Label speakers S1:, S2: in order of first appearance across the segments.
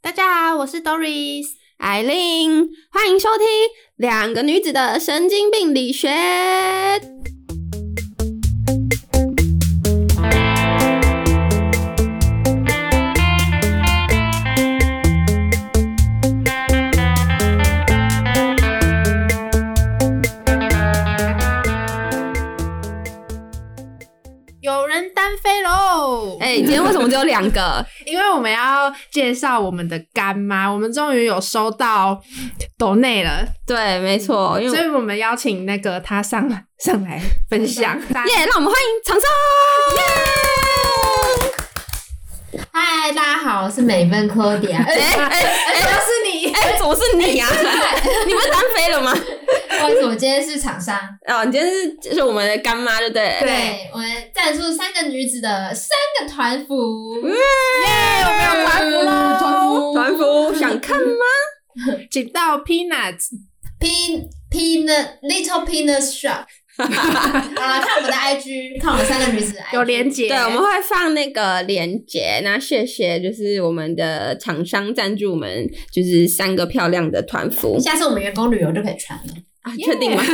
S1: 大家好，我是 Doris 艾琳，欢迎收听《两个女子的神经病理学》。哎
S2: 有人单飞喽！
S1: 哎、今天为什么只有两 个？
S2: 因为我们要介绍我们的干妈，我们终于有收到抖内了，
S1: 对，没错，因
S2: 所
S1: 为
S2: 以我们邀请那个她上来上来分 享。
S1: 耶让我们欢迎长寿。
S3: 嗨，大家好，我是美芬 c o d i
S1: 哎
S3: a
S1: 哎哎
S2: 是你，
S1: 哎，怎么是你呀、你们单飞了吗？
S3: 为什么今天是厂商？
S1: 哦，你今天是就是我们的干妈，对不哎对？
S2: 对
S3: 对，我们赞助三个女子的三个团服，
S1: 耶，我们有啊团服喽！
S2: 团服
S1: 嗯团服，想看吗？
S2: 请到 Peanuts，
S3: Pin Peanut Little Peanut Shop。好了，看我们的 IG，看我们三个女子的 IG
S2: 有连结，
S1: 对，我们会放那个链接。那谢谢，就是我们的厂商赞助我们，就是三个漂亮的团服
S3: 下次我们员工旅游就可以穿了。
S1: 啊，
S2: 耶
S1: 确定吗？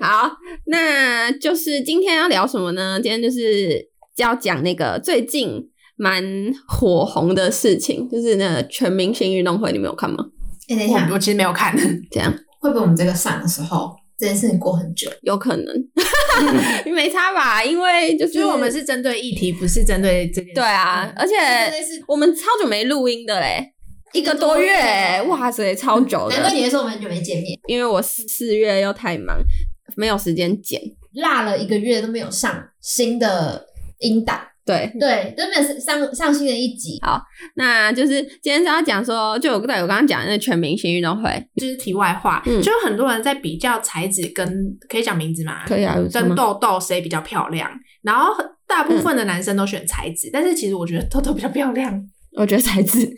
S1: 好，那就是今天要聊什么呢？今天就是要讲那个最近蛮火红的事情，就是那个全明星运动会，你们有看吗？
S3: 哎、等一下
S2: 我，我其实没有看，
S1: 这样
S3: 会不会我们这个上的时候，这件事情过很久？
S1: 有可能，
S3: 嗯
S1: 没差吧？因为就是
S2: 就是我们是针对议题，不是针对这件事。
S1: 对
S3: 嗯
S1: 啊，而且
S3: 这件事，
S1: 我们超久没录音的嘞，一
S3: 一
S1: 个
S3: 个
S1: 多
S3: 多
S1: 月
S3: 月
S1: 欸，哇塞，超久
S3: 难怪
S1: 的。
S3: 你会说我们很久没见面，
S1: 因为我四四月又太忙，没有时间剪。
S3: 落了一个月都没有上新的音档，
S1: 对，
S3: 对，都没有上上新的一集。
S1: 那就是今天是要讲说，就我对我刚刚讲的那个全明星运动会，
S2: 就是题外话，
S1: 嗯
S2: 就有很多人在比较材质跟可以讲名字吗？嗯
S1: 以啊，有
S2: 跟？痘痘谁比较漂亮，然后大部分的男生都选材质，但是其实我觉得痘痘比较漂亮。
S1: 我觉得才智，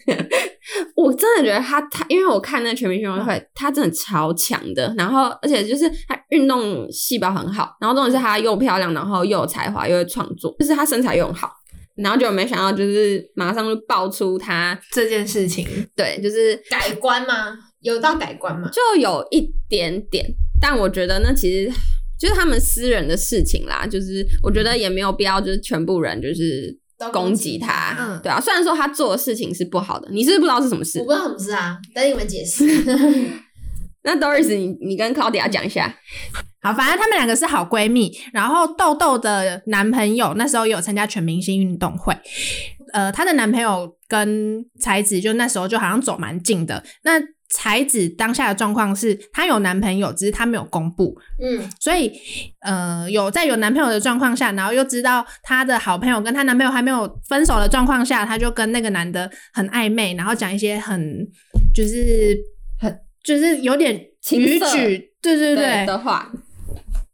S1: 我真的觉得他他，因为我看那个全明星运动会，他真的超强的。然后，而且就是他运动细胞很好，然后重点是他又漂亮，然后又有才华，又会创作，就是他身材又很好。然后就没想到，就是马上就爆出他
S2: 这件事情，
S1: 对，就是
S3: 改观吗？有到改观吗？
S1: 就有一点点，但我觉得那其实就是他们私人的事情啦，就是我觉得也没有必要，就是全部人就是
S3: 都
S1: 攻
S3: 攻
S1: 击
S3: 击
S1: 他，
S3: 他
S2: 嗯
S1: 对啊。虽然说他做的事情是不好的，你是不是不知道是什么
S3: 我
S1: 事
S3: 不？知道什么事啊，等你们解 释。
S1: 那 Doris，你你跟 Claudia 讲一下，
S2: 好，反正她们两个是好闺蜜。然后豆豆的男朋友那时候也有参加全明星运动会，呃，她的男朋友跟才子就那时候就好像走蛮近的。那才子当下的状况是，她有男朋友，只是她没有公布，
S3: 嗯，
S2: 所以呃，有在有男朋友的状况下，然后又知道她的好朋友跟她男朋友还没有分手的状况下，她就跟那个男的很暧昧，然后讲一些很就是很就是有点
S1: 情
S2: 逾
S1: 色
S2: 矩，对对对，
S1: 的话，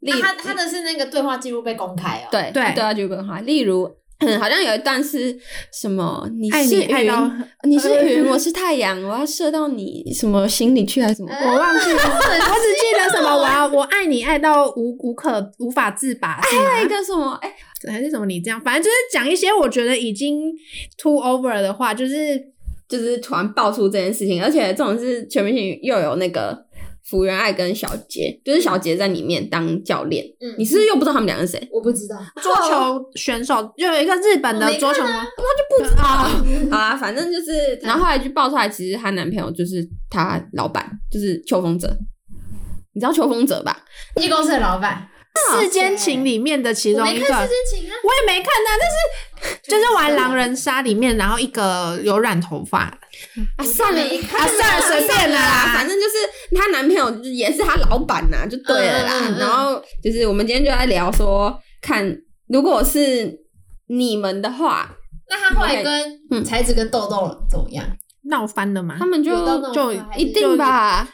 S1: 例
S3: 那啊他他的是那个对话记录被公开哦。，
S1: 对
S2: 对
S1: 对啊，就不话，例如。嗯好像有一段是什么？你
S2: 爱
S1: 是
S2: 你爱
S1: 云，
S2: 到嗯
S1: 你是云，我是太阳，我要射到你什么心里去还是什么？
S3: 呃
S2: 我忘记了，
S3: 恶
S2: 我只记得什么我要我爱你爱到无无可无法自拔，是吗
S1: 还有一个什么？哎、
S2: 还是什么你这样，反正就是讲一些我觉得已经 too over 的话，就是
S1: 就是突然爆出这件事情，而且这种是全明星又有那个福原爱跟小杰，就是小杰在里面当教练，
S3: 嗯
S1: 你是不是又不知道他们两个是谁？
S3: 我不知道，
S2: 桌球选手，就有一个日本
S3: 我
S2: 的
S3: 没
S2: 桌球，他啊就不知道。
S3: 啊
S1: 好啦，反正 就是，然后后来就爆出来，其实她男朋友就是她老板，就是秋风者，你知道秋风者吧？
S3: 一公司的老板，
S2: 世间情里面的其
S3: 啊我
S2: 中
S3: 没
S2: 一
S3: 看这
S2: 个，
S3: 件情啊。
S2: 我也没看到，但是就是玩狼人杀里面，然后一个有染头发，
S1: 啊，
S3: 我就
S1: 算了，
S3: 没看
S1: 啊，算
S2: 算了
S1: 了，随便
S2: 算了
S1: 啦
S2: 啦，
S1: 反正就是她男朋友就是也是她老板呐、就对了啦。
S3: 嗯嗯嗯
S1: 然后就是我们今天就在聊说，看如果是你们的话，
S3: 那他后来
S1: 嗯
S3: 跟才子跟豆豆了怎么样？
S2: 闹翻了吗
S1: 他？们就
S3: 有到那种
S2: 就
S3: 吗还是
S1: 一定吧。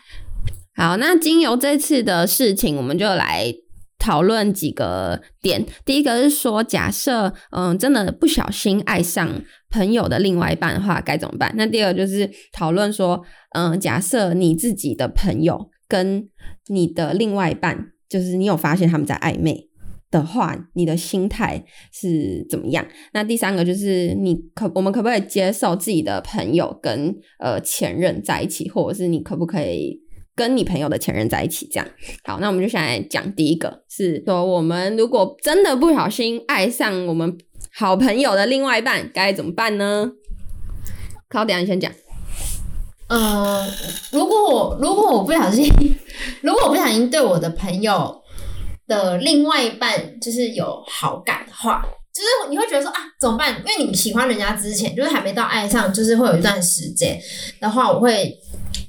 S1: 好，那经由这次的事情，我们就来讨论几个点。第一个是说，假设嗯真的不小心爱上朋友的另外一半的话，该怎么办？那第二个就是讨论说，嗯，假设你自己的朋友跟你的另外一半，就是你有发现他们在暧昧，的话，你的心态是怎么样？那第三个就是你可我们可不可以接受自己的朋友跟呃前任在一起，或者是你可不可以跟你朋友的前任在一起？这样好，那我们就先来讲第一个，是说我们如果真的不小心爱上我们好朋友的另外一半，该怎么办呢？靠，等一下你先讲。
S3: 嗯，如果我如果我不小心，如果我不小心对我的朋友的另外一半就是有好感的话，就是你会觉得说啊，怎么办？因为你喜欢人家之前，就是还没到爱上，就是会有一段时间的话，我会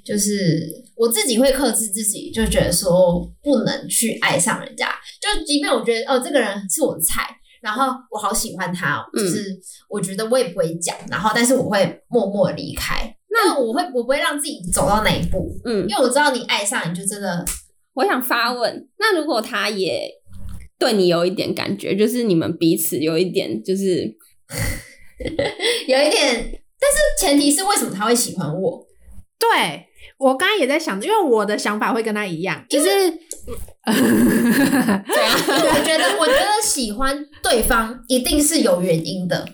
S3: 就是我自己会克制自己，就觉得说不能去爱上人家。就即便我觉得哦，这个人是我的菜，然后我好喜欢他、哦，就是我觉得我也不会讲，然后但是我会默默地离开。那我会我不会让自己走到那一步，
S1: 嗯，
S3: 因为我知道你爱上你就真的
S1: 我想发问，那如果他也对你有一点感觉，就是你们彼此有一点就是
S3: 有一点，但是前提是为什么他会喜欢我？
S2: 对我刚刚也在想，因为我的想法会跟他一样，就是
S1: 对啊，
S3: 因为我觉得我觉得喜欢对方一定是有原因的。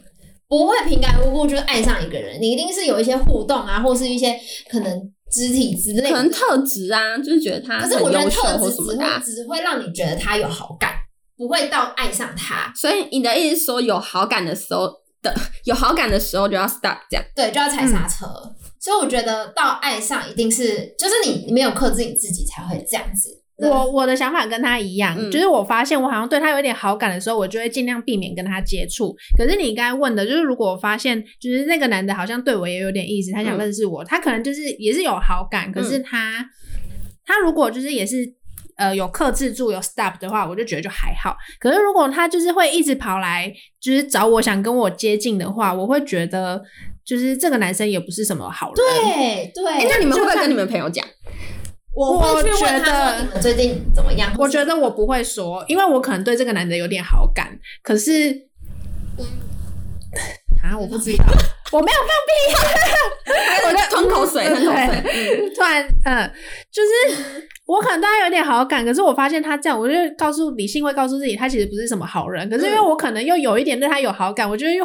S3: 不会平白无故就爱上一个人，你一定是有一些互动啊，或是一些可能肢体之类
S1: 可能
S3: 的。
S1: 特质啊，就是觉得他
S3: 可
S1: 很
S3: 是我觉得
S1: 优秀
S3: 特
S1: 或
S3: 质
S1: 什
S3: 只
S1: 么的啊、
S3: 会只会让你觉得他有好感，不会到爱上他。
S1: 所以你的意思是说，有好感的时候的 有好感的时候就要 stop 这样。
S3: 对，就要踩刹车。所以我觉得到爱上一定是，就是你你没有克制你自己才会这样子。
S2: 我我的想法跟他一样，
S1: 嗯
S2: 就是我发现我好像对他有点好感的时候，我就会尽量避免跟他接触。可是你刚才问的，就是如果我发现就是那个男的好像对我也有点意思，他想
S1: 嗯
S2: 认识我，他可能就是也是有好感，可是他、他如果就是也是。呃，有克制住有 stop 的话，我就觉得就还好。可是如果他就是会一直跑来，就是找我想跟我接近的话，我会觉得就是这个男生也不是什么好人。
S3: 对对，
S1: 哎、那你们会不
S2: 就
S1: 会
S2: 算
S1: 跟你们朋友讲？
S3: 我会去问
S2: 我
S3: 他
S2: 觉得
S3: 说你们最近怎么样？
S2: 我觉得我不会说，因为我可能对这个男的有点好感，可是， 啊，我不知道， 我没有放啊 屁，我在
S1: 哦吞口水，吞口水。
S2: 突然，嗯，就是我可能对他有点好感，可是我发现他这样，我就告诉理性会告诉自己，他其实不是什么好人，可是因为我可能又有一点对他有好感，我觉得又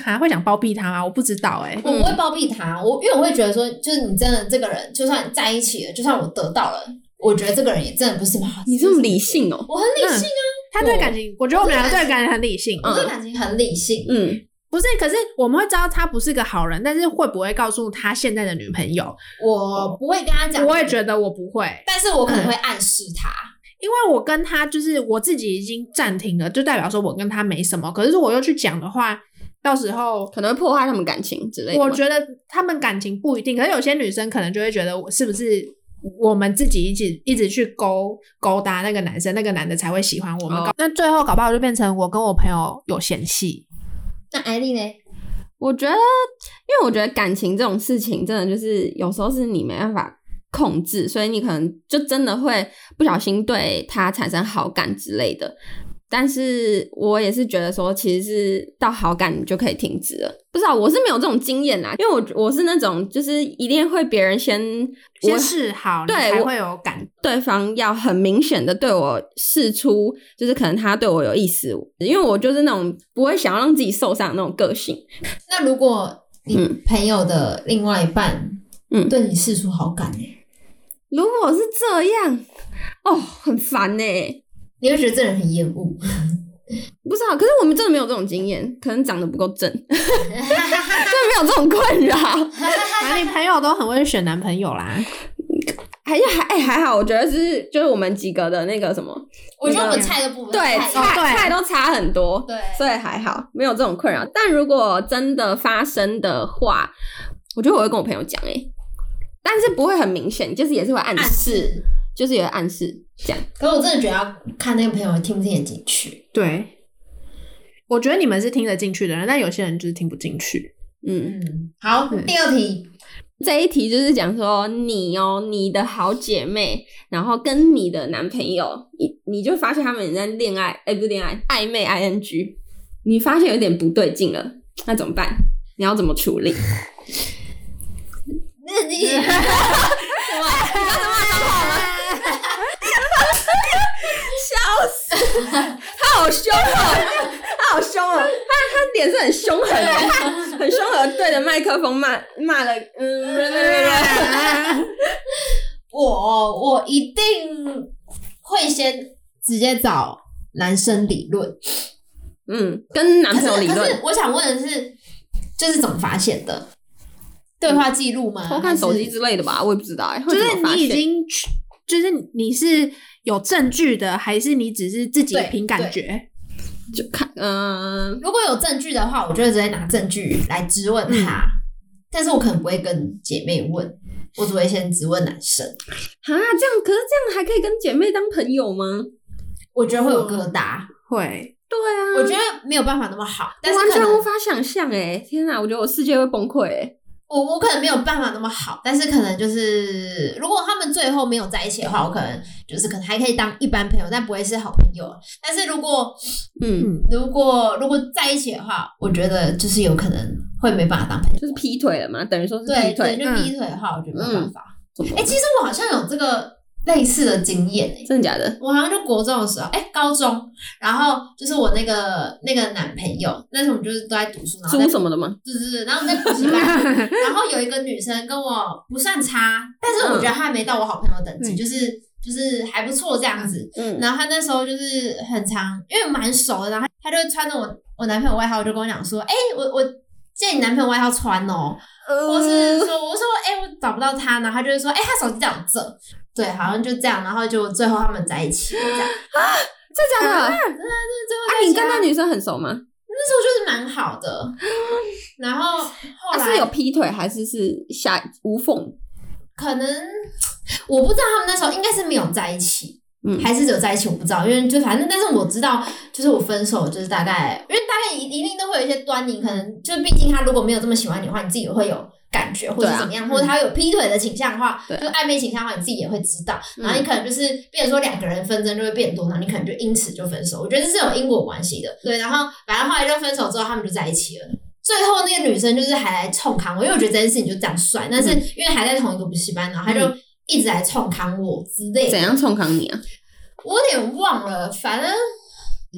S2: 还、会想包庇他吗？我不知道、欸，哎，
S3: 我不会包庇他，我因为我会觉得说，就是你真的这个人，就算在一起了，就算我得到了，我觉得这个人也真的不是什么好。
S1: 你这么理性哦、
S3: 我很理性啊，
S2: 他对感情，我觉得我们两个对感情很理性，
S3: 我对感情很理性。
S1: 嗯，
S2: 不是，可是我们会知道他不是个好人，但是会不会告诉他现在的女朋友？
S3: 我不会跟他讲，
S2: 我也觉得我不会，
S3: 但是我可能会暗示他。
S2: 因为我跟他就是我自己已经暂停了，就代表说我跟他没什么。可是如果又去讲的话，到时候
S1: 可能会破坏他们感情之类的吗。
S2: 我觉得他们感情不一定。可是有些女生可能就会觉得我是不是我们自己一直一直去勾勾搭那个男生，那个男的才会喜欢我们。
S1: 哦
S2: 搞那最后搞不好就变成我跟我朋友有嫌隙。
S3: 那艾丽呢？
S1: 我觉得，因为我觉得感情这种事情，真的就是有时候是你没办法控制，所以你可能就真的会不小心对他产生好感之类的。但是我也是觉得说，其实是到好感你就可以停止了。不知道我是没有这种经验啦，因为我我是那种就是一定会别人先我
S2: 先示好，你
S1: 对
S2: 才
S1: 我
S2: 会有感。
S1: 对方要很明显的对我示出，就是可能他对我有意思，因为我就是那种不会想要让自己受伤的那种个性。
S3: 那如果你
S1: 嗯
S3: 朋友的另外一半，
S1: 嗯
S3: 对你示出好感呢、
S1: 如果是这样，哦，很烦呢、
S3: 你会觉得这人很厌 恶。
S1: 不知道，可是我们真的没有这种经验，可能长得不够正， 真的没有这种困扰。
S2: 反正你朋友都很会选男朋友啦。
S1: 还是还、哎还好，我觉得是就是我们几个的那个什么，
S3: 我觉得我们菜都不
S1: 对
S3: 哦菜
S1: 菜
S2: 对
S1: 菜都差很多，
S3: 对
S1: 所以还好没有这种困扰。但如果真的发生的话，我觉得我会跟我朋友讲哎、但是不会很明显，就是也是会暗示，
S3: 暗示。
S1: 就是也会暗示这样。
S3: 可是我真的觉得要看那个朋友听不听得进去。
S2: 对，我觉得你们是听得进去的人，但有些人就是听不进去。
S1: 嗯，
S3: 嗯，好，
S2: 对
S3: 第二题，
S1: 这一题就是讲说你哦，你的好姐妹，然后跟你的男朋友，你你就发现他们在恋爱，哎、不是恋爱，暧昧 ing，你发现有点不对劲了，那怎么办？你要怎么处 理？
S3: 日 记。
S1: 我好凶哦，他好凶哦，他他脸是很凶狠的，他很凶狠地对着麦克风骂骂了， 嗯，
S3: 我我一定会先直接找男生理论。
S1: 嗯，跟男朋友理
S3: 可是可
S1: 论，
S3: 是我想问的是，就是怎么发现的？
S1: 嗯
S3: 对话记录吗？
S1: 偷看手
S3: 还
S1: 机
S3: 是
S1: 之类的吧，我也不知道哎，
S2: 就
S1: 会怎
S2: 是
S1: 么发
S2: 你已
S1: 现
S2: 经去，就是你是有证据的，还是你只是自己
S3: 对
S2: 凭感觉？
S1: 就看，嗯，
S3: 如果有证据的话，我就会直接拿证据来质问他。
S1: 嗯
S3: 但是我可能不会跟姐妹问，我只会先质问男生。
S1: 啊，这样可是这样还可以跟姐妹当朋友吗？
S3: 我觉得会有疙瘩，
S2: 会，
S1: 对啊，
S3: 我觉得没有办法那么好，但
S1: 我
S3: 是
S1: 嗯完
S3: 可
S1: 全
S3: 能
S1: 无法想象哎，天哪，我觉得我世界会崩溃哎，
S3: 我我可能没有办法那么好，但是可能就是如果他们最后没有在一起的话，我可能就是可能还可以当一般朋友，但不会是好朋友。但是如果
S1: 嗯，
S3: 如果如果在一起的话，我觉得就是有可能会没办法当朋友，
S1: 就是劈腿了嘛，等于说是
S3: 对
S1: 劈腿，
S3: 对，
S1: 嗯
S3: 就劈腿的话，我觉得没有办法。
S1: 怎么
S3: 哎、其实我好像有这个类似的经验诶、
S1: 真的假的？
S3: 我好像就国中的时候，哎、高中，然后就是我那个那个男朋友，那时候我们就是都在读书，然后在
S1: 猪什么的吗？
S3: 对对对，然后我们在补习班，然后有一个女生跟我不算差，但是我觉得她还没到我好朋友等级，
S2: 嗯
S3: 就是就是还不错这样子。
S1: 嗯，
S3: 然后她那时候就是很常，因为蛮熟的，然后她就穿着我我男朋友外套，就跟我讲说，哎、我我借你男朋友外套穿哦，
S1: 呃
S3: 或是说我说哎、我找不到他，然后她就会说，哎、他手机在我这。对，好像就这样，然后就最后他们在一起了这样。
S1: 真的假的？啊，
S3: 那 最后在一
S1: 你
S3: 起
S1: 跟
S3: 啊
S1: 那女生很熟吗？
S3: 那时候就是蛮好的，然后后
S1: 啊，
S3: 来、
S1: 是有劈腿还是是下无缝？
S3: 可能我不知道他们那时候应该是没有在一起，
S1: 嗯
S3: 还是有在一起，我不知道，因为就反正，但是我知道，就是我分手就是大概，因为大概一一定都会有一些端倪，可能就是毕竟他如果没有这么喜欢你的话，你自己也会有。感觉或者
S1: 对啊
S3: 怎么样，或者他有劈腿的倾向的话，
S1: 对啊
S3: 就是暧昧倾向的话，你自己也会知道。
S1: 嗯
S3: 然后你可能就是，变成说两个人纷争就会变多，然后你可能就因此就分手。我觉得这是有因果关系的。对，然后反正后来就分手之后，他们就在一起了。最后那个女生就是还来冲康我，因为我觉得这件事情就这样算，但是
S1: 嗯
S3: 因为还在同一个补习班，然后她就一直来冲康我之类
S1: 怎嗯
S3: 的，
S1: 样冲康你啊？
S3: 我有点忘了，反正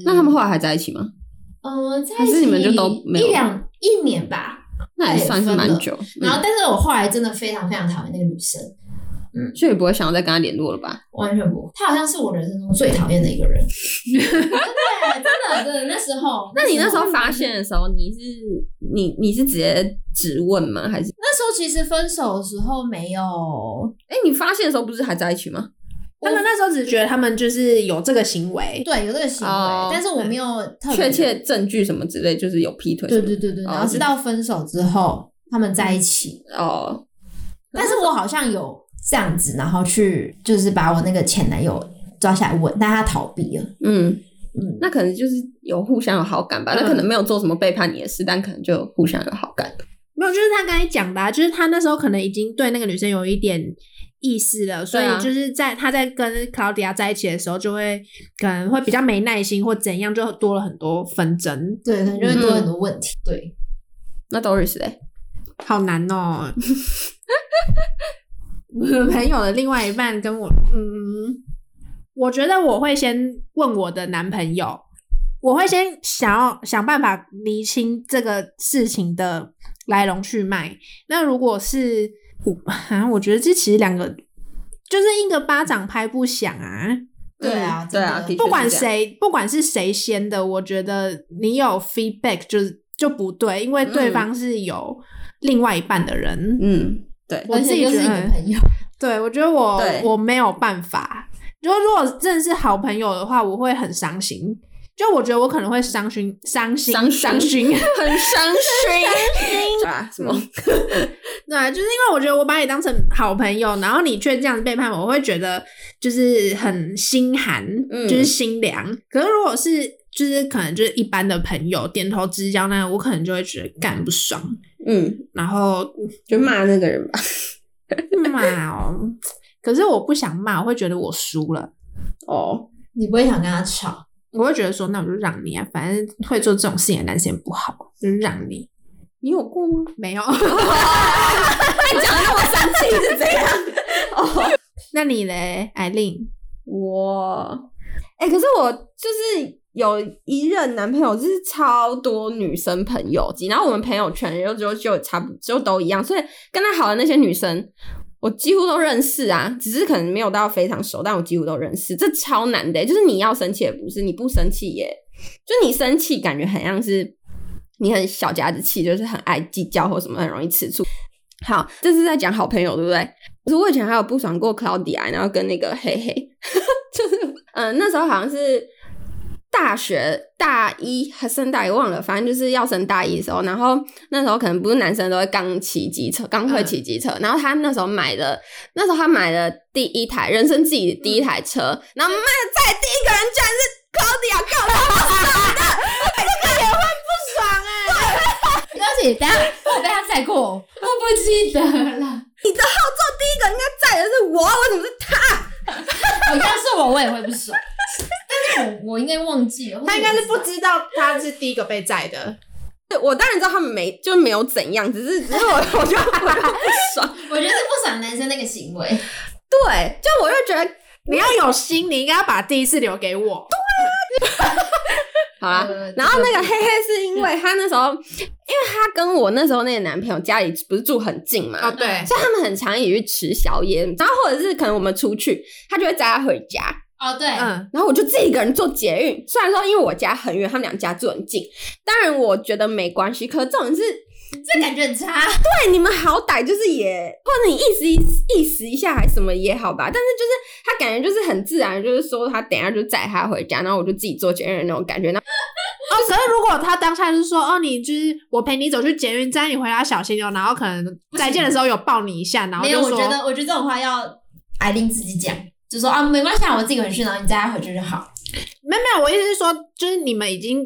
S1: 那他们后来还在一起吗？
S3: 嗯、在
S1: 还
S3: 一
S1: 是
S3: 起
S1: 你们就都没有
S3: 一两一年吧，
S1: 那也算是蛮久，
S3: 然
S1: 嗯，
S3: 后但是我后来真的非常非常讨厌那个女生，
S1: 嗯所以不会想要再跟他联络了吧？
S3: 完全不，她好像是我人生中最讨厌的一个 人，真的真的真的那时候，
S1: 那你那时候发现的时候，你是你你是直接质问吗？还是
S3: 那时候其实分手的时候没有，
S1: 哎、你发现的时候不是还在一起吗？
S2: 他们那时候只觉得他们就是有这个行为，
S3: 对有这个行为，
S1: 哦
S3: 但是我没有特
S1: 确
S3: 别
S1: 切证据什么之类，就是有劈腿什
S3: 对
S1: 么的。
S3: 对对对，
S1: 哦
S3: 然后直到分手之后，他们在一起。
S1: 哦，
S3: 但是我好像有这样子，然后去就是把我那个前男友抓起来问，但他逃避了。
S1: 嗯，
S3: 嗯，
S1: 那可能就是有互相有好感吧。那可能没有做什么背叛你的事，但可能就互相有好感。
S2: 没有，就是他刚才讲的、啊，就是他那时候可能已经对那个女生有一点意思了，所以
S1: 对啊
S2: 就是在他在跟 Claudia 在一起的时候，就会可能会比较没耐心或怎样，就多了很多纷争，
S3: 对，可能就会多很多问题。对，
S1: 那 Doris 嘞？
S2: 好难哦。我的朋友的另外一半跟我，嗯，我觉得我会先问我的男朋友，我会先想要想办法厘清这个事情的来龙去脉。那如果是我，啊，我觉得这其实两个就是一个巴掌拍不响啊。
S3: 对啊
S1: 嗯对啊，
S3: 真的
S1: 的确是这样
S2: 不管谁，不管是谁先的，我觉得你有 feedback 就是就不对，因为对
S1: 嗯
S2: 方是有另外一半的人。
S1: 嗯，对，
S2: 我
S3: 而
S2: 自
S3: 且
S2: 己
S3: 就是
S2: 觉
S3: 你
S2: 得
S3: 的朋友，
S2: 对，我觉得我
S1: 对
S2: 我没有办法。就如果真的是好朋友的话，我会很伤心。就我觉得我可能会伤心，伤心，
S1: 伤心
S2: 伤心。
S1: 很伤心，对吧？什么？
S2: 对啊，就是因为我觉得我把你当成好朋友，然后你却这样子背叛我，我会觉得就是很心寒，
S1: 嗯
S2: 就是心凉。可是如果是就是可能就是一般的朋友点头之交那样，我可能就会觉得干不爽，
S1: 嗯，
S2: 然后
S1: 就骂那个人吧。
S2: 骂哦。可是我不想骂，我会觉得我输了，
S1: 哦，
S3: 你不会想跟他吵。
S2: 我会觉得说那我就让你啊，反正会做这种事情的男生也不好，就是让你
S1: 你有过吗？
S2: 没 有。
S1: 讲的那么生气是怎样？
S2: 那你嘞，艾琳？
S1: 我，哎、可是我就是有一任男朋友就是超多女生朋友集，然后我们朋友圈又就就差不就都一样，所以跟他好的那些女生，我几乎都认识啊，只是可能没有到非常熟，但我几乎都认识。这超难的欸、就是你要生气也不是，你不生气也，就你生气感觉很像是你很小家子气，就是很爱计较或什么，很容易吃醋。好，这是在讲好朋友，对不对？可是我以前还有不爽过 Claudia，然后跟那个嘿嘿，就是嗯、呃那时候好像是大学大一还升大一忘了，反正就是要升大一的时候，然后那时候可能不是男生都会刚骑机车，刚会骑机车，然后他那时候买了，那时候他买了第一台人生自己的第一台车，然后卖的再第一个人居然是 Claudia，告他妈欸
S3: 而且等一下我被他载过，我不记得了。
S1: 第一个应该载的是我，我怎么是他？
S3: 我哦要是我，我也会不爽。 但是我我应该忘记了，
S2: 他应该是不知道他是第一个被载的，
S1: 对我当然知道他们没就没有怎样，只是只是我我就我就不爽，
S3: 我觉得是不爽男生那个行为。
S1: 对，就我就觉得
S2: 你要有心，你应该要把第一次留给我。
S1: 好啦
S3: 呃。
S1: 啊然后那个
S3: 这
S1: 黑黑是因为他那时候，因为他跟我那时候那个男朋友家里不是住很近嘛，
S2: 哦，对，
S1: 所以他们很常一起去吃宵夜，然后或者是可能我们出去，他就会载他回家，
S3: 哦，对，
S2: 嗯，
S1: 然后我就自己一个人坐捷运。虽然说因为我家很远，他们两家住很近，当然我觉得没关系，可重点是
S3: 这感觉很差。
S1: 对，你们好歹就是也，或者你意思意意思一下还什么也好吧，但是就是他感觉就是很自然，就是说他等一下就载他回家，然后我就自己坐捷运的那种感觉。那
S2: 哦，可是如果他当下就是说，哦，你就是我陪你走去捷运站，你回来要小心哦，然后可能再见的时候有抱你一下，然后
S3: 没
S2: 就
S3: 有，我
S2: 说
S3: 觉得我觉得这种话要艾琳自己讲，就说啊，没关系啊，我自己回去，然后你载他回去就好。
S2: 没有没有，我意思是说，就是你们已经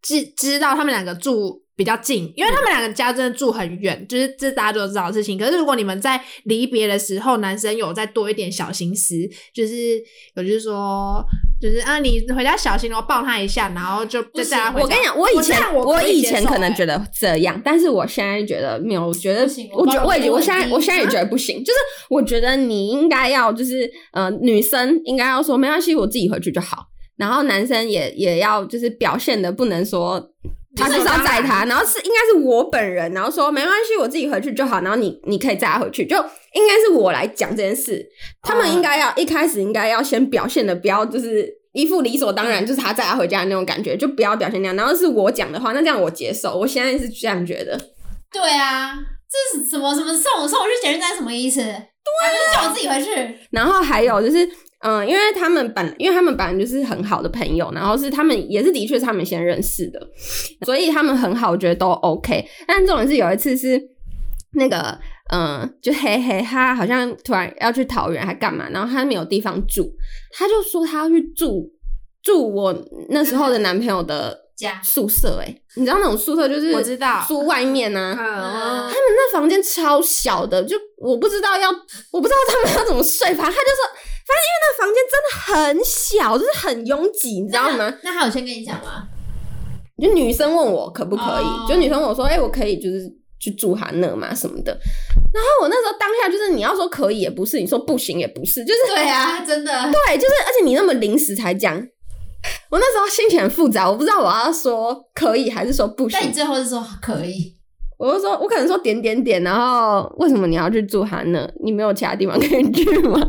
S2: 知知道他们两个住比较近，因为他们两个家真的住很远，就是这大家都知道的事情。可是如果你们在离别的时候，男生有再多一点小心思，就是有就是说，就是啊，你回家小心哦，然后抱他一下，然后就
S3: 不
S2: 再
S3: 行
S2: 带他回家。
S1: 我跟你讲，我以
S2: 我
S1: 前我
S2: 这样我可以
S1: 以
S2: 接受
S1: 前可能
S2: 欸
S1: 觉得这样，但是我现在觉得没有，我觉得
S3: 不行
S1: 我觉得
S3: 我
S1: 我
S3: 包
S1: 已经
S3: 容
S1: 我
S3: 度
S1: 现在
S3: 很低
S1: 我现在也觉得不行，就是我觉得你应该要就是呃女生应该要说没关系，我自己回去就好，然后男生也也要就是表现的不能说。他就是要载他，然后是应该是我本人，然后说没关系，我自己回去就好，然后你你可以载他回去，就应该是我来讲这件事。他们应该要、一开始应该要先表现的不要就是一副理所当然，就是他载他回家的那种感觉，就不要表现那样。然后是我讲的话，那这样我接受。我现在是这样觉得，
S3: 对啊，这是什么什么送我送我去捷运站什么意思？对、啊，就是叫我自己回去。
S1: 然后还有就是，嗯、因为他们本因为他们本来就是很好的朋友，然后是他们也是的确是他们先认识的，所以他们很好，我觉得都 OK。但重点是有一次是那个。嗯，就嘿嘿，他好像突然要去桃园，还干嘛？然后他没有地方住，他就说他要去住住我那时候的男朋友的
S3: 家
S1: 宿舍、欸。你知道那种宿舍就是
S2: 我知道
S1: 住外面啊 呢、
S2: 嗯，
S1: 他们那房间超小的，就我不知道要，我不知道他们要怎么睡。反正他就说，反正因为那房间真的很小，就是很拥挤，你知道吗？
S3: 那他有先跟你讲吗？
S1: 就女生问我可不可以
S3: 哦
S1: 就女生问我说，哎、我可以就是去住他那嘛什么的。然后我那时候当下就是你要说可以也不是，你说不行也不是，就是
S3: 对啊，真的。
S1: 对，就是而且你那么临时才讲，我那时候心情很复杂，我不知道我要说可以还是说不行
S3: 但。你最后是说可以，
S1: 我就说，我可能说点点点，然后为什么你要去住他那？你没有其他地方可以去 吗？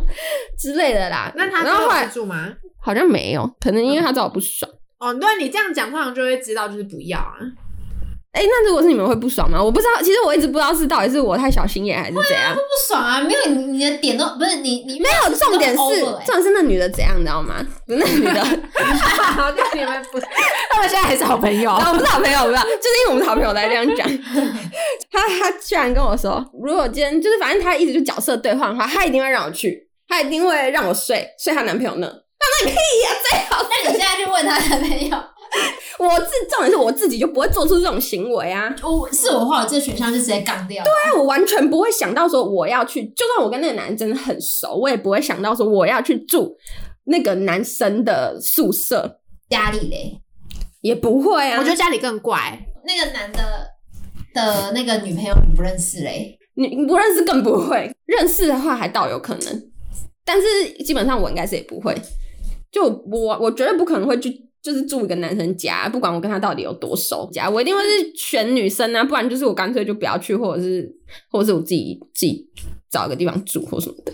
S1: 之类的啦。
S2: 那他
S1: 然
S2: 最
S1: 后后
S2: 后吃
S1: 来
S2: 住吗？
S1: 好像没有，可能因为他知道我不爽。
S2: 哦，对你这样讲，通常就会知道就是不要啊。
S1: 哎、那如果是你们会不爽吗？我不知道，其实我一直不知道是到底是我太小心眼还是怎 样。
S3: 不爽啊！没有你，你的点都不是你，你没
S1: 没有，重点是，
S3: 欸
S1: 重点是那女的怎样，你知道吗？不是那 女的，
S2: 好，那你们 不，他们现在还是好朋友。
S1: 啊，我们是好朋友，我不知道，就是因为我们是好朋友才这样讲。 他他居然跟我说，如果今天就是反正他一直就角色兑换的话，他一定会让我去，他一定会让我睡睡她男朋友那。
S3: 那你现在去问他男朋友，
S1: 我自重点是我自己就不会做出这种行为啊，
S2: 哦
S3: 我是我的话，我这个选项就直接杠掉。对，
S1: 但我完全不会想到说我要去，就算我跟那个男人真的很熟，我也不会想到说我要去住那个男生的宿舍，
S3: 家里嘞，
S1: 也不会啊。
S2: 我觉得家里更怪，
S3: 那个男的的那个女朋友你不认识嘞，
S1: 你你不认识更不会，认识的话还倒有可能，但是基本上我应该是也不会，就我我绝对不可能会去就是住一个男生家，不管我跟他到底有多熟，家我一定会是选女生啊，不然就是我干脆就不要去，或者是或者是我自己自己找一个地方住或什么的。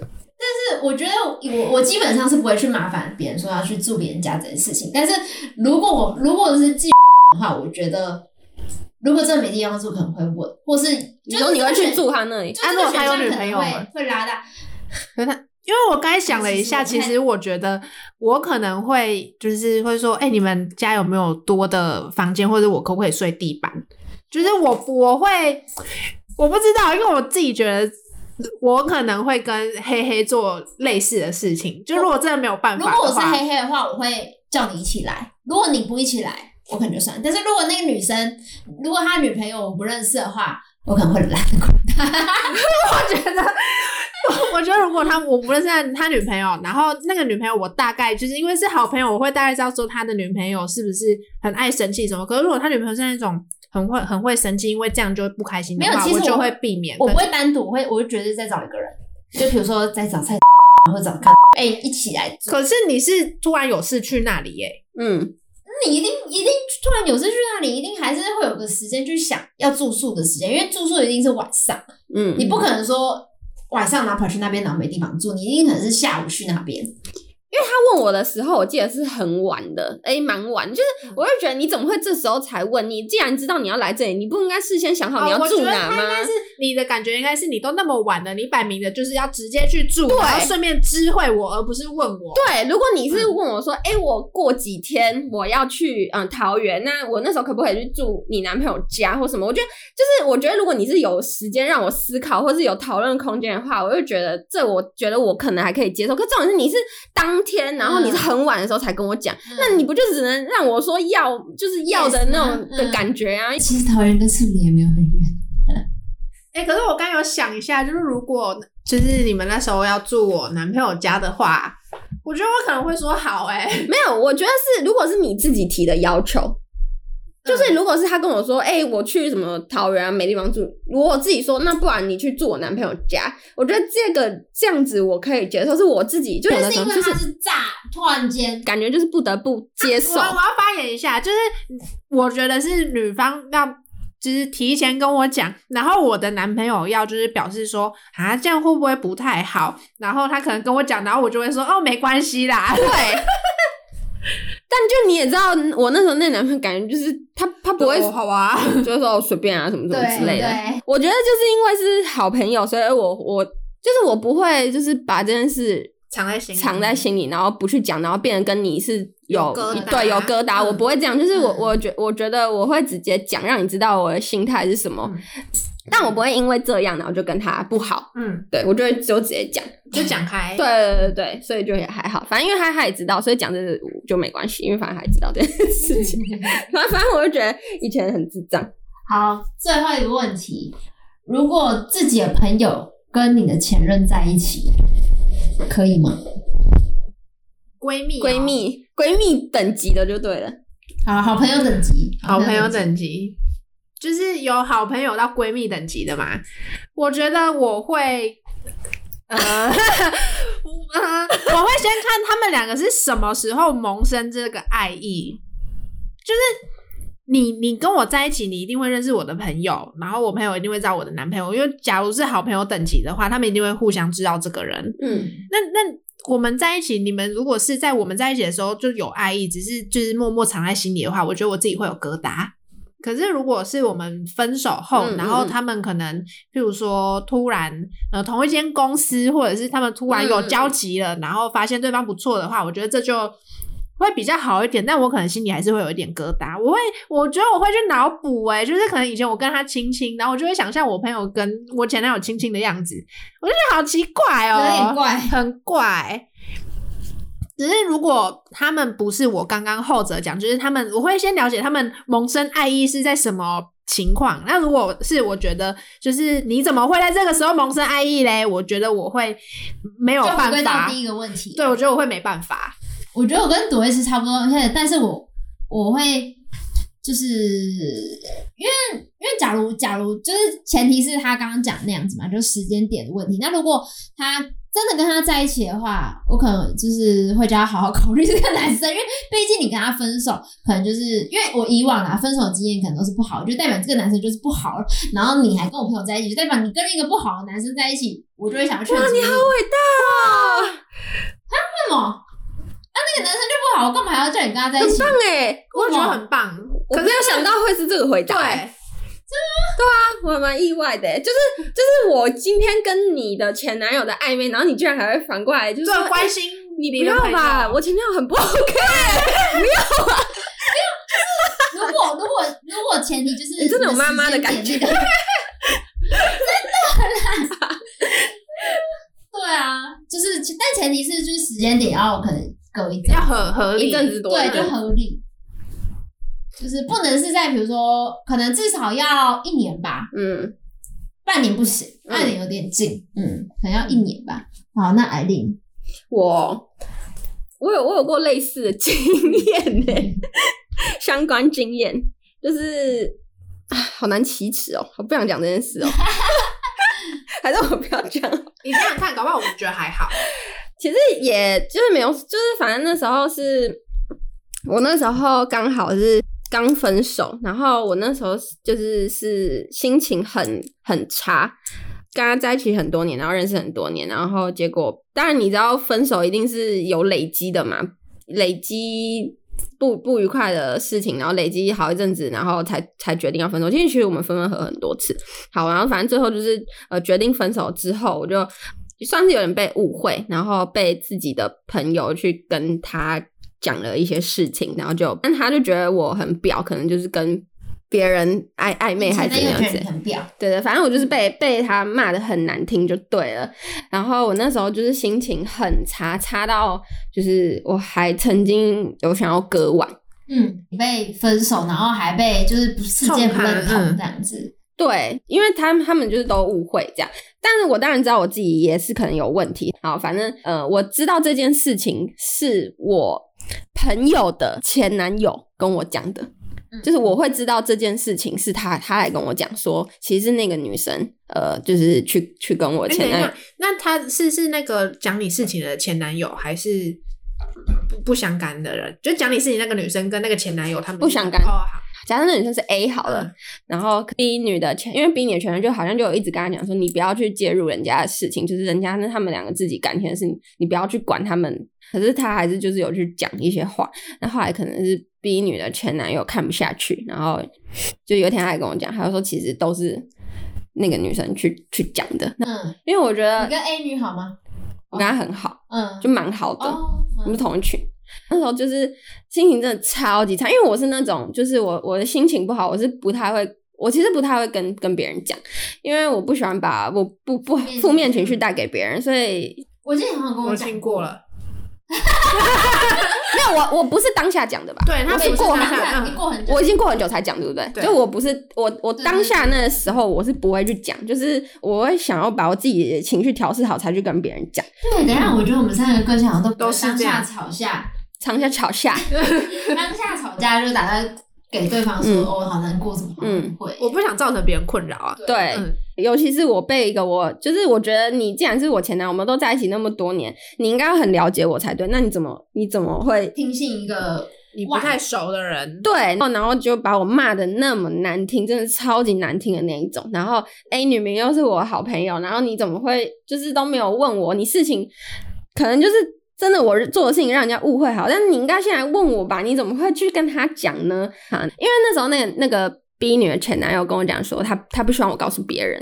S3: 是我觉得我我基本上是不会去麻烦别人说要去住别人家这件事情，但是如果我如果是寄的话，我觉得如果真的没地方住，可能会问，或是
S1: 你
S3: 就
S1: 说
S3: 是
S1: 你会去
S3: 这个选，
S1: 住他那里？
S3: 就
S2: 啊
S3: 这
S2: 如
S3: 个
S2: 果
S3: 选
S2: 他有
S3: 项
S2: 女
S3: 可
S2: 朋
S3: 能
S2: 友
S3: 会
S2: 吗
S3: 会拉大，
S2: 可是他，因为我刚才想了一下，
S3: 其实
S2: 其
S3: 我
S2: 实我觉得我可能会就是会说，哎、你们家有没有多的房间，或者我可不可以睡地板？就是我我会我不知道，因为我自己觉得。我可能会跟黑黑做类似的事情，就如果真的没有办
S3: 如
S2: 法
S3: 果我
S2: 的
S3: 是
S2: 话，
S3: 黑黑的话，我会叫你一起来。如果你不一起来，我可能就算。但是如果那个女生，如果她女朋友我不认识的话，我可能会懒。
S2: 我觉得， 我我觉得如果他我不认识他他女朋友，然后那个女朋友我大概就是因为是好朋友，我会大概知道说他的女朋友是不是很爱生气什么。可是如果他女朋友是那种很会很会生气，因为这样就会不开心的
S3: 没
S2: 话，
S3: 有其实
S2: 我就
S3: 我
S2: 会避免。
S3: 我
S2: 可
S3: 不会单独，我会我会绝对再找一个人，就比如说再找蔡或者找看，哎、一起来住。
S2: 可是你是突然有事去那里耶、
S1: 嗯，
S3: 你一定一定突然有事去那里，一定还是会有个时间去想要住宿的时间，因为住宿一定是晚上，
S1: 嗯，
S3: 你不可能说晚上然后跑去那边然后没地方住，你一定可能是下午去那边。
S1: 他问我的时候，我记得是很晚的，诶，蛮晚，就是我会觉得你怎么会这时候才问？你既然知道你要来这里，你不应该事先想好你要
S2: 哦我觉
S1: 住
S2: 得
S1: 哪
S2: 他
S1: 吗
S2: 应？该是你的感觉应该是你都那么晚了，你摆明的就是要直接去住，然后顺便知会我，而不是问我。
S1: 对，如果你是问我说，哎、我过几天我要去嗯桃园，那我那时候可不可以去住你男朋友家或什么？我觉得就是，我觉得如果你是有时间让我思考，或是有讨论空间的话，我就觉得这我觉得我可能还可以接受。可这种是你是当天，然后你是很晚的时候才跟我讲，那你不就只能让我说要就是要的那种
S3: Yes，
S1: 的感觉啊？
S3: 其实桃园跟树林也没有很远。
S2: 哎、可是我刚有想一下，就是如果就是你们那时候要住我男朋友家的话，我觉得我可能会说好哎、
S1: 没有，我觉得是如果是你自己提的要求，就是如果是他跟我说，哎、我去什么桃园啊，没地方住，如果我自己说，那不然你去住我男朋友家，我觉得这个这样子我可以接受，是我自己就
S3: 就是是因为
S1: 就
S3: 他
S1: 是
S3: 是炸，突然间，
S1: 感觉就是不得不接
S2: 我
S1: 受，
S2: 我要发言一下，就是我觉得是女方要就是提前跟我讲，然后我的男朋友要就是表示说啊这样会不会不太好，然后他可能跟我讲，然后我就会说哦没关系 啦，对，
S1: 但就你也知道，我那时候那男朋友感觉就是他他不会
S2: 哦好啊，
S1: 就是说随便啊什么什么之类的，
S3: 对，
S1: 我觉得就是因为是好朋友，所以我我就是我不会就是把这件事
S2: 藏在心里，
S1: 藏在心里，然后不去讲，然后变得跟你是有
S2: 有疙瘩
S1: 对有疙瘩，
S2: 嗯
S1: 我不会这样，就是我
S3: 嗯
S1: 我觉我觉得我会直接讲，让你知道我的心态是什么，
S2: 嗯
S1: 但我不会因为这样然后就跟他不好，
S2: 嗯，
S1: 对我就会就直接讲，
S2: 就讲开，
S1: 对对对对，所以就也还好，反正因为他他也知道，所以讲这个就没关系，因为反正他也知道这件事
S2: 嗯
S1: 情，反正反正我就觉得以前很智障，
S3: 好，最后一个问题，如果自己的朋友跟你的前任在一起，可以吗？
S2: 闺蜜哦
S1: 闺蜜闺蜜等级的就对了，
S3: 好好朋友等级，
S2: 好朋友等级，就是有好朋友到闺蜜等级的嘛。我觉得我会， 呃，呃我会先看他们两个是什么时候萌生这个爱意，就是。你你跟我在一起，你一定会认识我的朋友，然后我朋友一定会知道我的男朋友，因为假如是好朋友等级的话，他们一定会互相知道这个人。
S1: 嗯，
S2: 那那我们在一起，你们如果是在我们在一起的时候就有爱意，只是就是默默藏在心里的话，我觉得我自己会有疙瘩。可是如果是我们分手后，
S1: 嗯
S2: 然后
S1: 嗯
S2: 他们可能，譬如说突然呃同一间公司，或者是他们突然
S1: 嗯
S2: 有
S1: 嗯
S2: 交集了，然后发现对方不错的话，我觉得这就。会比较好一点，但我可能心里还是会有一点疙瘩。我会，我觉得我会去脑补，哎，就是可能以前我跟他亲亲，然后我就会想象我朋友跟我前男友亲亲的样子，我就觉得好奇怪哦、
S3: 有点怪。
S2: 很怪。只是如果他们不是我刚刚后者讲，就是他们，我会先了解他们萌生爱意是在什么情况。那如果是我觉得，就是你怎么会在这个时候萌生爱意嘞？我觉得我会没有
S3: 就回
S2: 办
S3: 归到
S2: 法
S3: 第，一个问题，
S2: 对我觉得我会没办法。
S3: 我觉得我跟朵薇是差不多，而且但是我我会就是因为因为假如假如就是前提是他刚刚讲那样子嘛，就是时间点的问题。那如果他真的跟他在一起的话，我可能就是会叫他好好考虑这个男生，因 为毕竟你跟他分手，可能就是因为我以往啊分手的经验可能都是不好，就代表这个男生就是不好，然后你还跟我朋友在一起，就代表你跟一个不好的男生在一起，我就会想要 劝
S1: 哇，
S3: 阻
S1: 你好伟大哦，
S3: 为什么？那、那个男生就不好，我干嘛还要叫你跟他在一
S1: 很
S3: 起
S1: 棒？哎！
S2: 我觉得很棒。
S1: 我
S2: 可
S1: 没
S2: 是
S1: 有想到会是这个回答，
S2: 对，
S1: 我还蛮意外的欸，就是就是我今天跟你的前男友的暧昧，然后你居然还会反过来，就是说
S2: 做关
S1: 欸
S2: 心
S1: 你
S2: 哎你
S1: 不
S2: 的
S1: 要
S2: 朋友啊
S1: 吧，我前男友很不 OK，
S3: 如果如果如果前提就是
S1: 你真的有妈妈的感
S3: 觉，真的啦，对啊，就是但前提是就是时间点要可能隔一阵
S2: 要合合理
S1: 一阵子多
S3: 对，就
S1: 久
S3: 合理，就是不能是在比如说可能至少要一年吧，
S1: 嗯，
S3: 半年不行，
S1: 嗯
S3: 半年有点近，嗯，可能要一年吧。好，那艾琳，
S1: 我我有我有过类似的经验呢、相关经验就是。啊好难启齿哦，我不想讲这件事哦， 还是我不要讲。
S2: 你想想看，搞不好我觉得还好。
S1: 其实也就是没有，就是反正那时候是我那时候刚好是刚分手，然后我那时候就是是心情很很差，跟他在一起很多年，然后认识很多年，然后结果当然你知道分手一定是有累积的嘛，累积。不不愉快的事情，然后累积好一阵子，然后才才决定要分手。其实其实我们分分合合很多次，好，然后反正最后就是呃决定分手之后，我就算是有点被误会，然后被自己的朋友去跟他讲了一些事情，然后就但他就觉得我很婊，可能就是跟别人暧暧昧还
S3: 前
S1: 是
S3: 男
S1: 怎么样
S3: 友觉得
S1: 子
S3: 你。很婊，
S1: 对对，反正我就是
S2: 嗯
S1: 被被他骂的很难听就对了。然后我那时候就是心情很差，差到就是我还曾经有想要割腕。
S3: 嗯，你被分手，然后还被就是不世界不认
S2: 痛
S3: 同
S2: 恨嗯
S3: 这样子，
S1: 对，因为他们他们就是都误会这样，但是我当然知道我自己也是可能有问题。好，反正呃，我知道这件事情是我朋友的前男友跟我讲的，
S2: 嗯
S1: 就是我会知道这件事情是他他来跟我讲说，其实是那个女生呃，就是去去跟我
S2: 哎
S1: 前
S2: 等一
S1: 男友
S2: 下，那他是是那个讲你事情的前男友，还是不不相干的人？就讲你事情那个女生跟那个前男友，他们
S1: 不相干
S2: 哦，好，
S1: 假设那女生是 A 好了，
S2: 嗯
S1: 然后 B 女的前，因为 B 女的前任就好像就有一直跟她讲说，你不要去介入人家的事情，就是人家那他们两个自己感情的事，情，你不要去管他们。可是她还是就是有去讲一些话，那后来可能是 B 女的前男友看不下去，然后就有一天她还跟我讲，她就说其实都是那个女生去去讲的，
S3: 嗯，
S1: 因为我觉得
S3: 你跟 A 女好吗？
S1: 我跟她很好，
S3: 嗯，
S1: 就蛮好的。
S3: 哦，
S1: 我
S3: 嗯
S1: 们同一群。那时候就是心情真的超级差，因为我是那种，就是我我的心情不好，我是不太会，我其实不太会跟跟别人讲，因为我不喜欢把我不不
S3: 面
S1: 负面情绪带给别人，所以
S3: 我记得你好像跟
S2: 我
S3: 讲
S2: 听过，了。
S1: 没有我我不是当下讲的吧？
S2: 对，他
S1: 我是
S2: 不是
S1: 过
S2: 当
S1: 很
S2: 下嗯
S3: 很你过很久，
S1: 我已经过很久才讲，对不对？
S2: 对
S1: 就我不是我我
S3: 对
S1: 当下那时候我是不会去讲，就是我会想要把我自己的情绪调试好才去跟别人讲，
S3: 对，等一下，我觉得我们三个个性好像都
S2: 都是
S3: 当
S2: 这
S3: 下
S2: 样
S3: 吵架，
S1: 常下吵架，
S3: 当下吵架就打算给对方说，
S1: 嗯
S3: 哦，好难过，怎么好难过？
S2: 我不想造成别人困扰啊。
S1: 对。
S2: 嗯，
S1: 尤其是我被一个我，就是我觉得你既然是我前男友，我们都在一起那么多年，你应该很了解我才对。那你怎么你怎么会
S3: 听信一个
S2: 你不太熟的人，
S1: 对？然后然后就把我骂的那么难听，真的超级难听的那一种。然后 A 女明又是我好朋友，然后你怎么会就是都没有问我？你事情可能就是真的我做的事情让人家误会好，但是你应该现在问我吧？你怎么会去跟他讲呢？啊，因为那时候那个那个 B 女的前男友跟我讲说他，他不希望我告诉别人，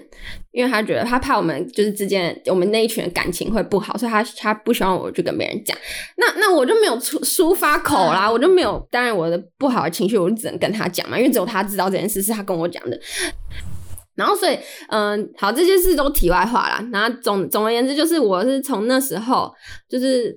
S1: 因为他觉得他怕我们就是之间我们那一群的感情会不好，所以他他不希望我去跟别人讲。那那我就没有出抒发口啦，我就没有，当然我的不好的情绪我就只能跟他讲嘛，因为只有他知道这件事是他跟我讲的。然后所以，嗯，好，这些事都题外话啦。然后总总而言之，就是我是从那时候就是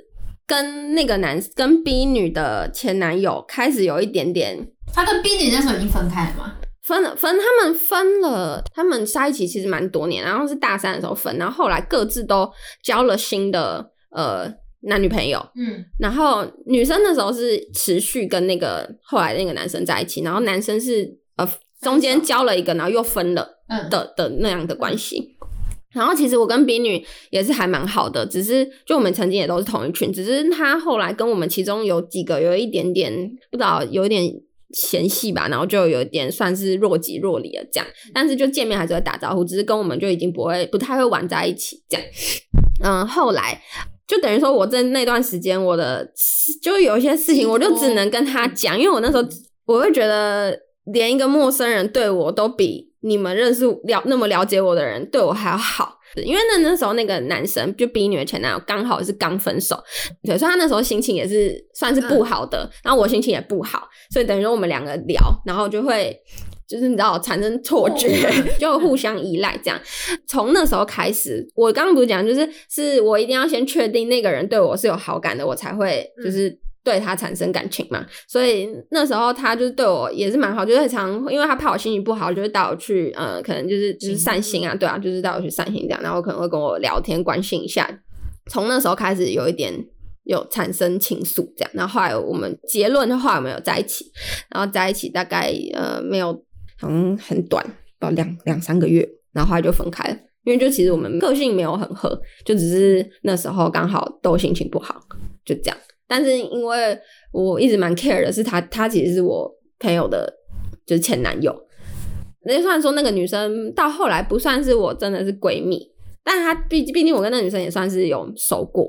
S1: 跟那个男跟 B 女的前男友开始有一点点
S3: 他跟 B 女那时候已经分开了嘛？
S1: 分了分，他们分了，他们在一起其实蛮多年，然后是大三的时候分，然后后来各自都交了新的呃男女朋友，
S3: 嗯，
S1: 然后女生那时候是持续跟那个后来那个男生在一起，然后男生是呃中间交了一个，然后又分了
S3: 嗯
S1: 的的那样的关系。然后其实我跟比女也是还蛮好的，只是就我们曾经也都是同一群，只是她后来跟我们其中有几个有一点点不知道有一点嫌隙吧，然后就有一点算是若即若离了这样，但是就见面还是会打招呼，只是跟我们就已经不会不太会玩在一起这样。嗯，后来就等于说我在那段时间我的事就有一些事情，我就只能跟她讲，因为我那时候我会觉得连一个陌生人对我都比你们认识了那么了解我的人对我还要好。因为那那时候那个男生就比女的前男友刚好是刚分手，对，所以他那时候心情也是算是不好的，然后我心情也不好，所以等于说我们两个聊，然后就会就是你知道产生错觉， 就互相依赖这样。从那时候开始，我刚刚不是讲，就是是我一定要先确定那个人对我是有好感的，我才会就是对他产生感情嘛。所以那时候他就是对我也是蛮好，就是很常，因为他怕我心情不好，就会带我去，呃，可能就是就是散心啊，对啊，就是带我去散心这样，然后可能会跟我聊天关心一下。从那时候开始有一点有产生情愫这样，然后后来我们结论就后来我们有在一起，然后在一起大概呃没有，好像很短，不知道两两三个月，然后后来就分开了。因为就其实我们个性没有很合，就只是那时候刚好都心情不好，就这样。但是因为我一直蛮 care 的是他，他其实是我朋友的，就是前男友。那虽然说那个女生到后来不算是我真的是闺蜜，但她毕毕竟我跟那女生也算是有熟过，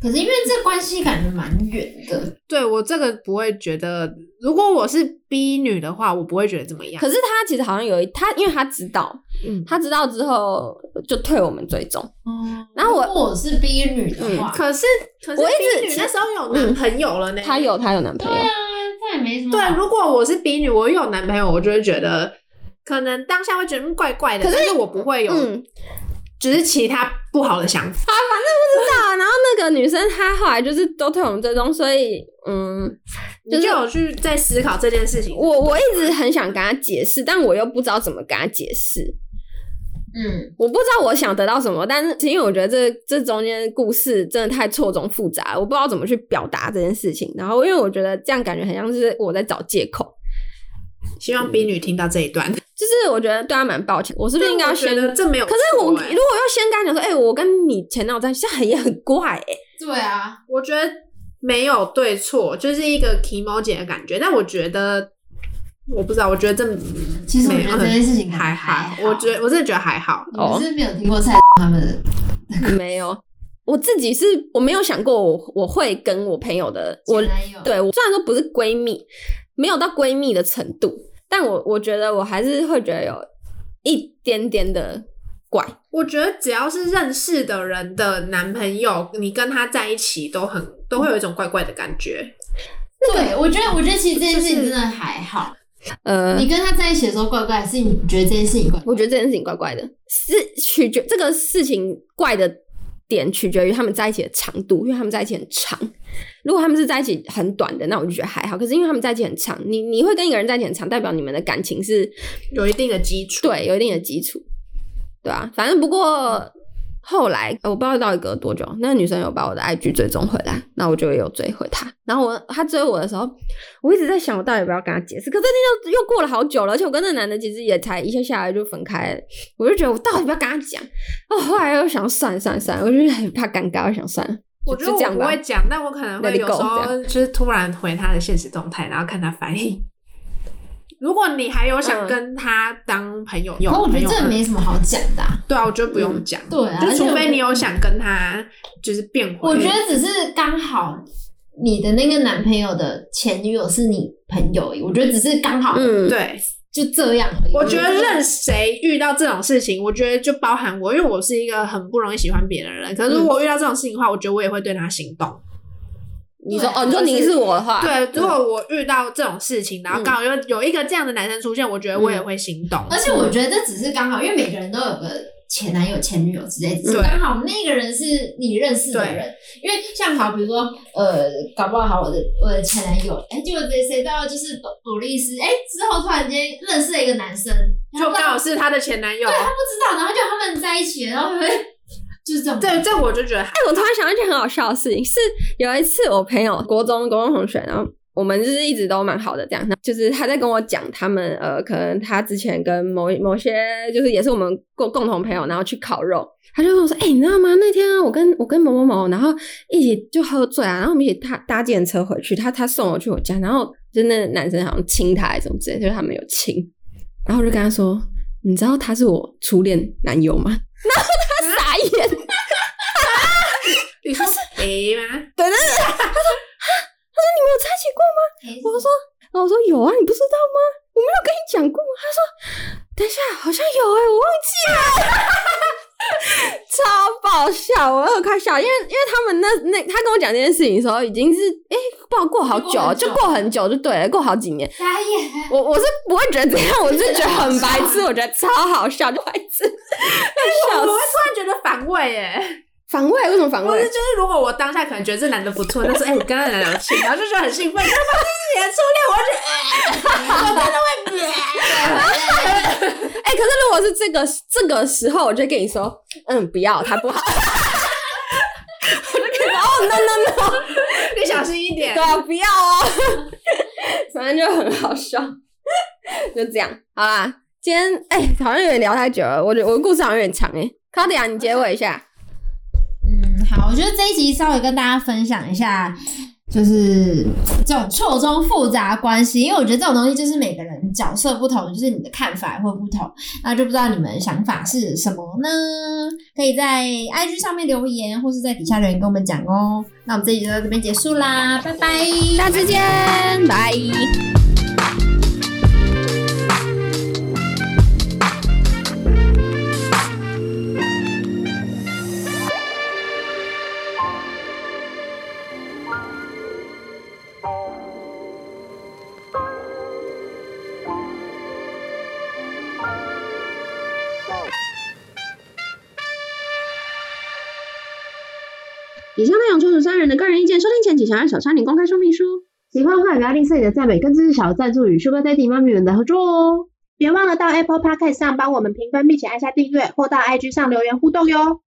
S3: 可是因为这关系感觉蛮远的，
S2: 对我这个不会觉得，如果我是 B 女的话，我不会觉得怎么样。
S1: 可是他其实好像有一他，因为他知道，
S2: 嗯
S1: 他知道之后就退我们追踪。
S3: 哦。
S1: 然后我
S3: 如果我嗯是 B 女的话，
S2: 可是，可是
S1: 我一直
S2: B 女那时候有男朋友了呢。
S1: 他有嗯他有男朋
S3: 对
S1: 友，
S3: 啊，这也没什么好。
S2: 对，如果我是 B 女，我有男朋友，我就会觉得可能当下会觉得嗯怪怪的，
S1: 可是
S2: 但是我不会有，
S1: 嗯，
S2: 只是其他不好的想法。
S1: 啊，然后那个女生她后来就是都退我们追踪，所以嗯，
S2: 你就有去在思考这件事情。
S1: 我我一直很想跟她解释，但我又不知道怎么跟她解释。
S3: 嗯，
S1: 我不知道我想得到什么，但是因为我觉得这这中间的故事真的太错综复杂了，我不知道怎么去表达这件事情。然后因为我觉得这样感觉很像是我在找借口，
S2: 希望 B 女听到这一段，
S1: 就是我觉得 对她蛮抱歉，我是不是应该要
S2: 但我觉
S1: 先
S2: 得这没有
S1: 可
S2: 错
S1: 是
S2: 欸。
S1: 我如果要先跟他讲说，哎、我跟你前男友在一起，这很也很怪哎、
S3: 对啊，
S2: 我觉得没有对错，就是一个 e m o 姐的感觉。但我觉得，我不知道，我觉得这
S3: 其实我觉得这件事情
S2: 还
S3: 好
S2: 好，，我觉得我真的觉得还好。
S3: 你们是不是没有听过蔡他们的，
S1: 没有，我自己是我没有想过我我会跟我朋友的我
S3: 前男友
S1: 对我虽然说不是闺蜜，没有到闺蜜的程度，但我我觉得我还是会觉得有一点点的怪。
S2: 我觉得只要是认识的人的男朋友，你跟他在一起都很都会有一种怪怪的感觉。
S3: 对我觉得我觉得其实这件事情
S2: 就是
S3: 真的还好。
S1: 呃，
S3: 你跟他在一起的时候怪怪，还是你觉得这件事情怪怪？
S1: 我觉得这件事情怪怪的，是取决这个事情怪的点取决于他们在一起的长度，因为他们在一起很长。如果他们是在一起很短的，那我就觉得还好。可是因为他们在一起很长，你你会跟一个人在一起很长，代表你们的感情是
S2: 有一定的基础，
S1: 对有一定的基础，对啊，反正不过后来呃我不知道到底隔多久，那个女生有把我的 IG 追踪回来，那我就有追回她。然后我她追我的时候，我一直在想我到底要不要跟她解释，可是那又又过了好久了，而且我跟那男的其实也才一下下来就分开了，我就觉得我到底要不要跟他讲？哦，后来又想算了算了算了，我就是很怕尴尬，我想算了，
S2: 我觉得
S1: 就就这
S2: 我
S1: 样
S2: 不
S1: 吧
S2: 会。讲，但我可能
S1: Let
S2: 会
S1: it
S2: 有时
S1: go，
S2: 候就是突然回他的现实动态，然后看他反应。 如果你还有想
S1: 嗯
S2: 跟他当朋友，有
S3: 嗯可我觉
S2: 朋友
S3: 得这
S2: 的
S3: 没什么好讲的啊、
S2: 对啊，我觉得不用讲、
S3: 对啊，
S2: 就
S3: 而且
S2: 除
S3: 我
S2: 非你有想跟他就是变回，
S3: 我觉得只是刚好你的那个男朋友的前女友是你朋友而已，我觉得只是刚好
S1: 嗯，
S2: 对，
S3: 就这样而已。
S2: 我觉得
S3: 认
S2: 任谁遇到这种事情，我觉得就包含我，因为我是一个很不容易喜欢别人的人。可是如果
S3: 嗯
S2: 遇到这种事情的话，我觉得我也会对他心动。
S1: 你说
S3: 对
S1: 哦，你说
S2: 就是
S1: 你是我的话，
S3: 啊
S2: 对，如果我遇到这种事情，然后
S1: 嗯
S2: 刚好有有一个这样的男生出现，我觉得我也会心动。
S3: 而且我觉得这只是刚好，因为每个人都有个前男友、前女友之类，只是
S2: 对
S3: 刚好那个人是你认识的人。因为像好，比如说呃，搞不好好我的我的前男友，哎、结果谁谁到就是朵朵丽丝，哎、之后突然间认识了一个男生，
S2: 就
S3: 然
S2: 刚
S3: 后
S2: 好是他的前男友，
S3: 不知道，然后就他们在一起了，然后会就是这种
S2: 对，这我就觉得还
S1: 哎、我突然想到一件很好笑的事情，是有一次我朋友国中国中同学，然后我们就是一直都蛮好的，这样。那就是他在跟我讲他们呃，可能他之前跟某某些就是也是我们共共同朋友，然后去烤肉，他就跟我说：“哎、你知道吗？那天啊，我跟我跟某某某，然后一起就喝醉啊，然后我们一起搭搭电车回去，他他送我去我家，然后就那男生好像亲他还是什么之类，就是他们有亲，然后我就跟他说：你知道他是我初恋男友吗？然后 他傻眼。”
S2: 你说谁吗？
S1: 你们有在一起过吗？我 说，然后我说有啊，你不知道吗？我没有跟你讲过吗。他说，等一下，好像有哎、我忘记了， 超爆笑，我有快笑，因为因为他们那那他跟我讲这件事情的时候，已经是哎、不知道过好久哦，
S3: 过很久
S1: 就过很久就对了，过好几年。
S3: 傻 眼，
S1: 我我是不会觉得这样，我是觉得很白痴，我觉得超好笑，就白痴，
S2: 我
S1: 笑
S2: 会
S1: 死。
S2: 突然觉得反胃哎、
S1: 反胃为什么反
S2: 不是，
S1: 胃？
S2: 就是如果我当下可能觉得这男的不错，但是哎、我跟他聊亲，然后就觉得很兴奋，但是发现 是你的初恋，我就觉得
S1: 哎、可是如果是这个这个时候，我就跟你说，嗯，不要，他不好。
S2: 你小心一点
S1: 对。啊，不 要哦，反正就很好笑， 就这样，好啦。今天哎、好像有点聊太久了，我觉得我的故事好像有点长哎、欸。高迪啊，你结尾一下。
S3: 嗯，好，我觉得这一集稍微跟大家分享一下，就是这种错综复杂关系，因为我觉得这种东西就是每个人角色不同，就是你的看法会不同，那就不知道你们想法是什么呢？可以在 IG 上面留言，或是在底下留言跟我们讲哦。那我们这一集就到这边结束啦，拜拜，
S1: 下次见，拜。
S4: 以上内容纯属三人的个人意见，收听前请详阅小山林公开说明书。喜欢的话，也不要吝啬你的赞美，更支持小赞助与 Sugar Daddy 妈咪们的合作哦。别忘了到 Apple Podcast 上帮我们评分，并且按下订阅，或到 IG 上留言互动哟。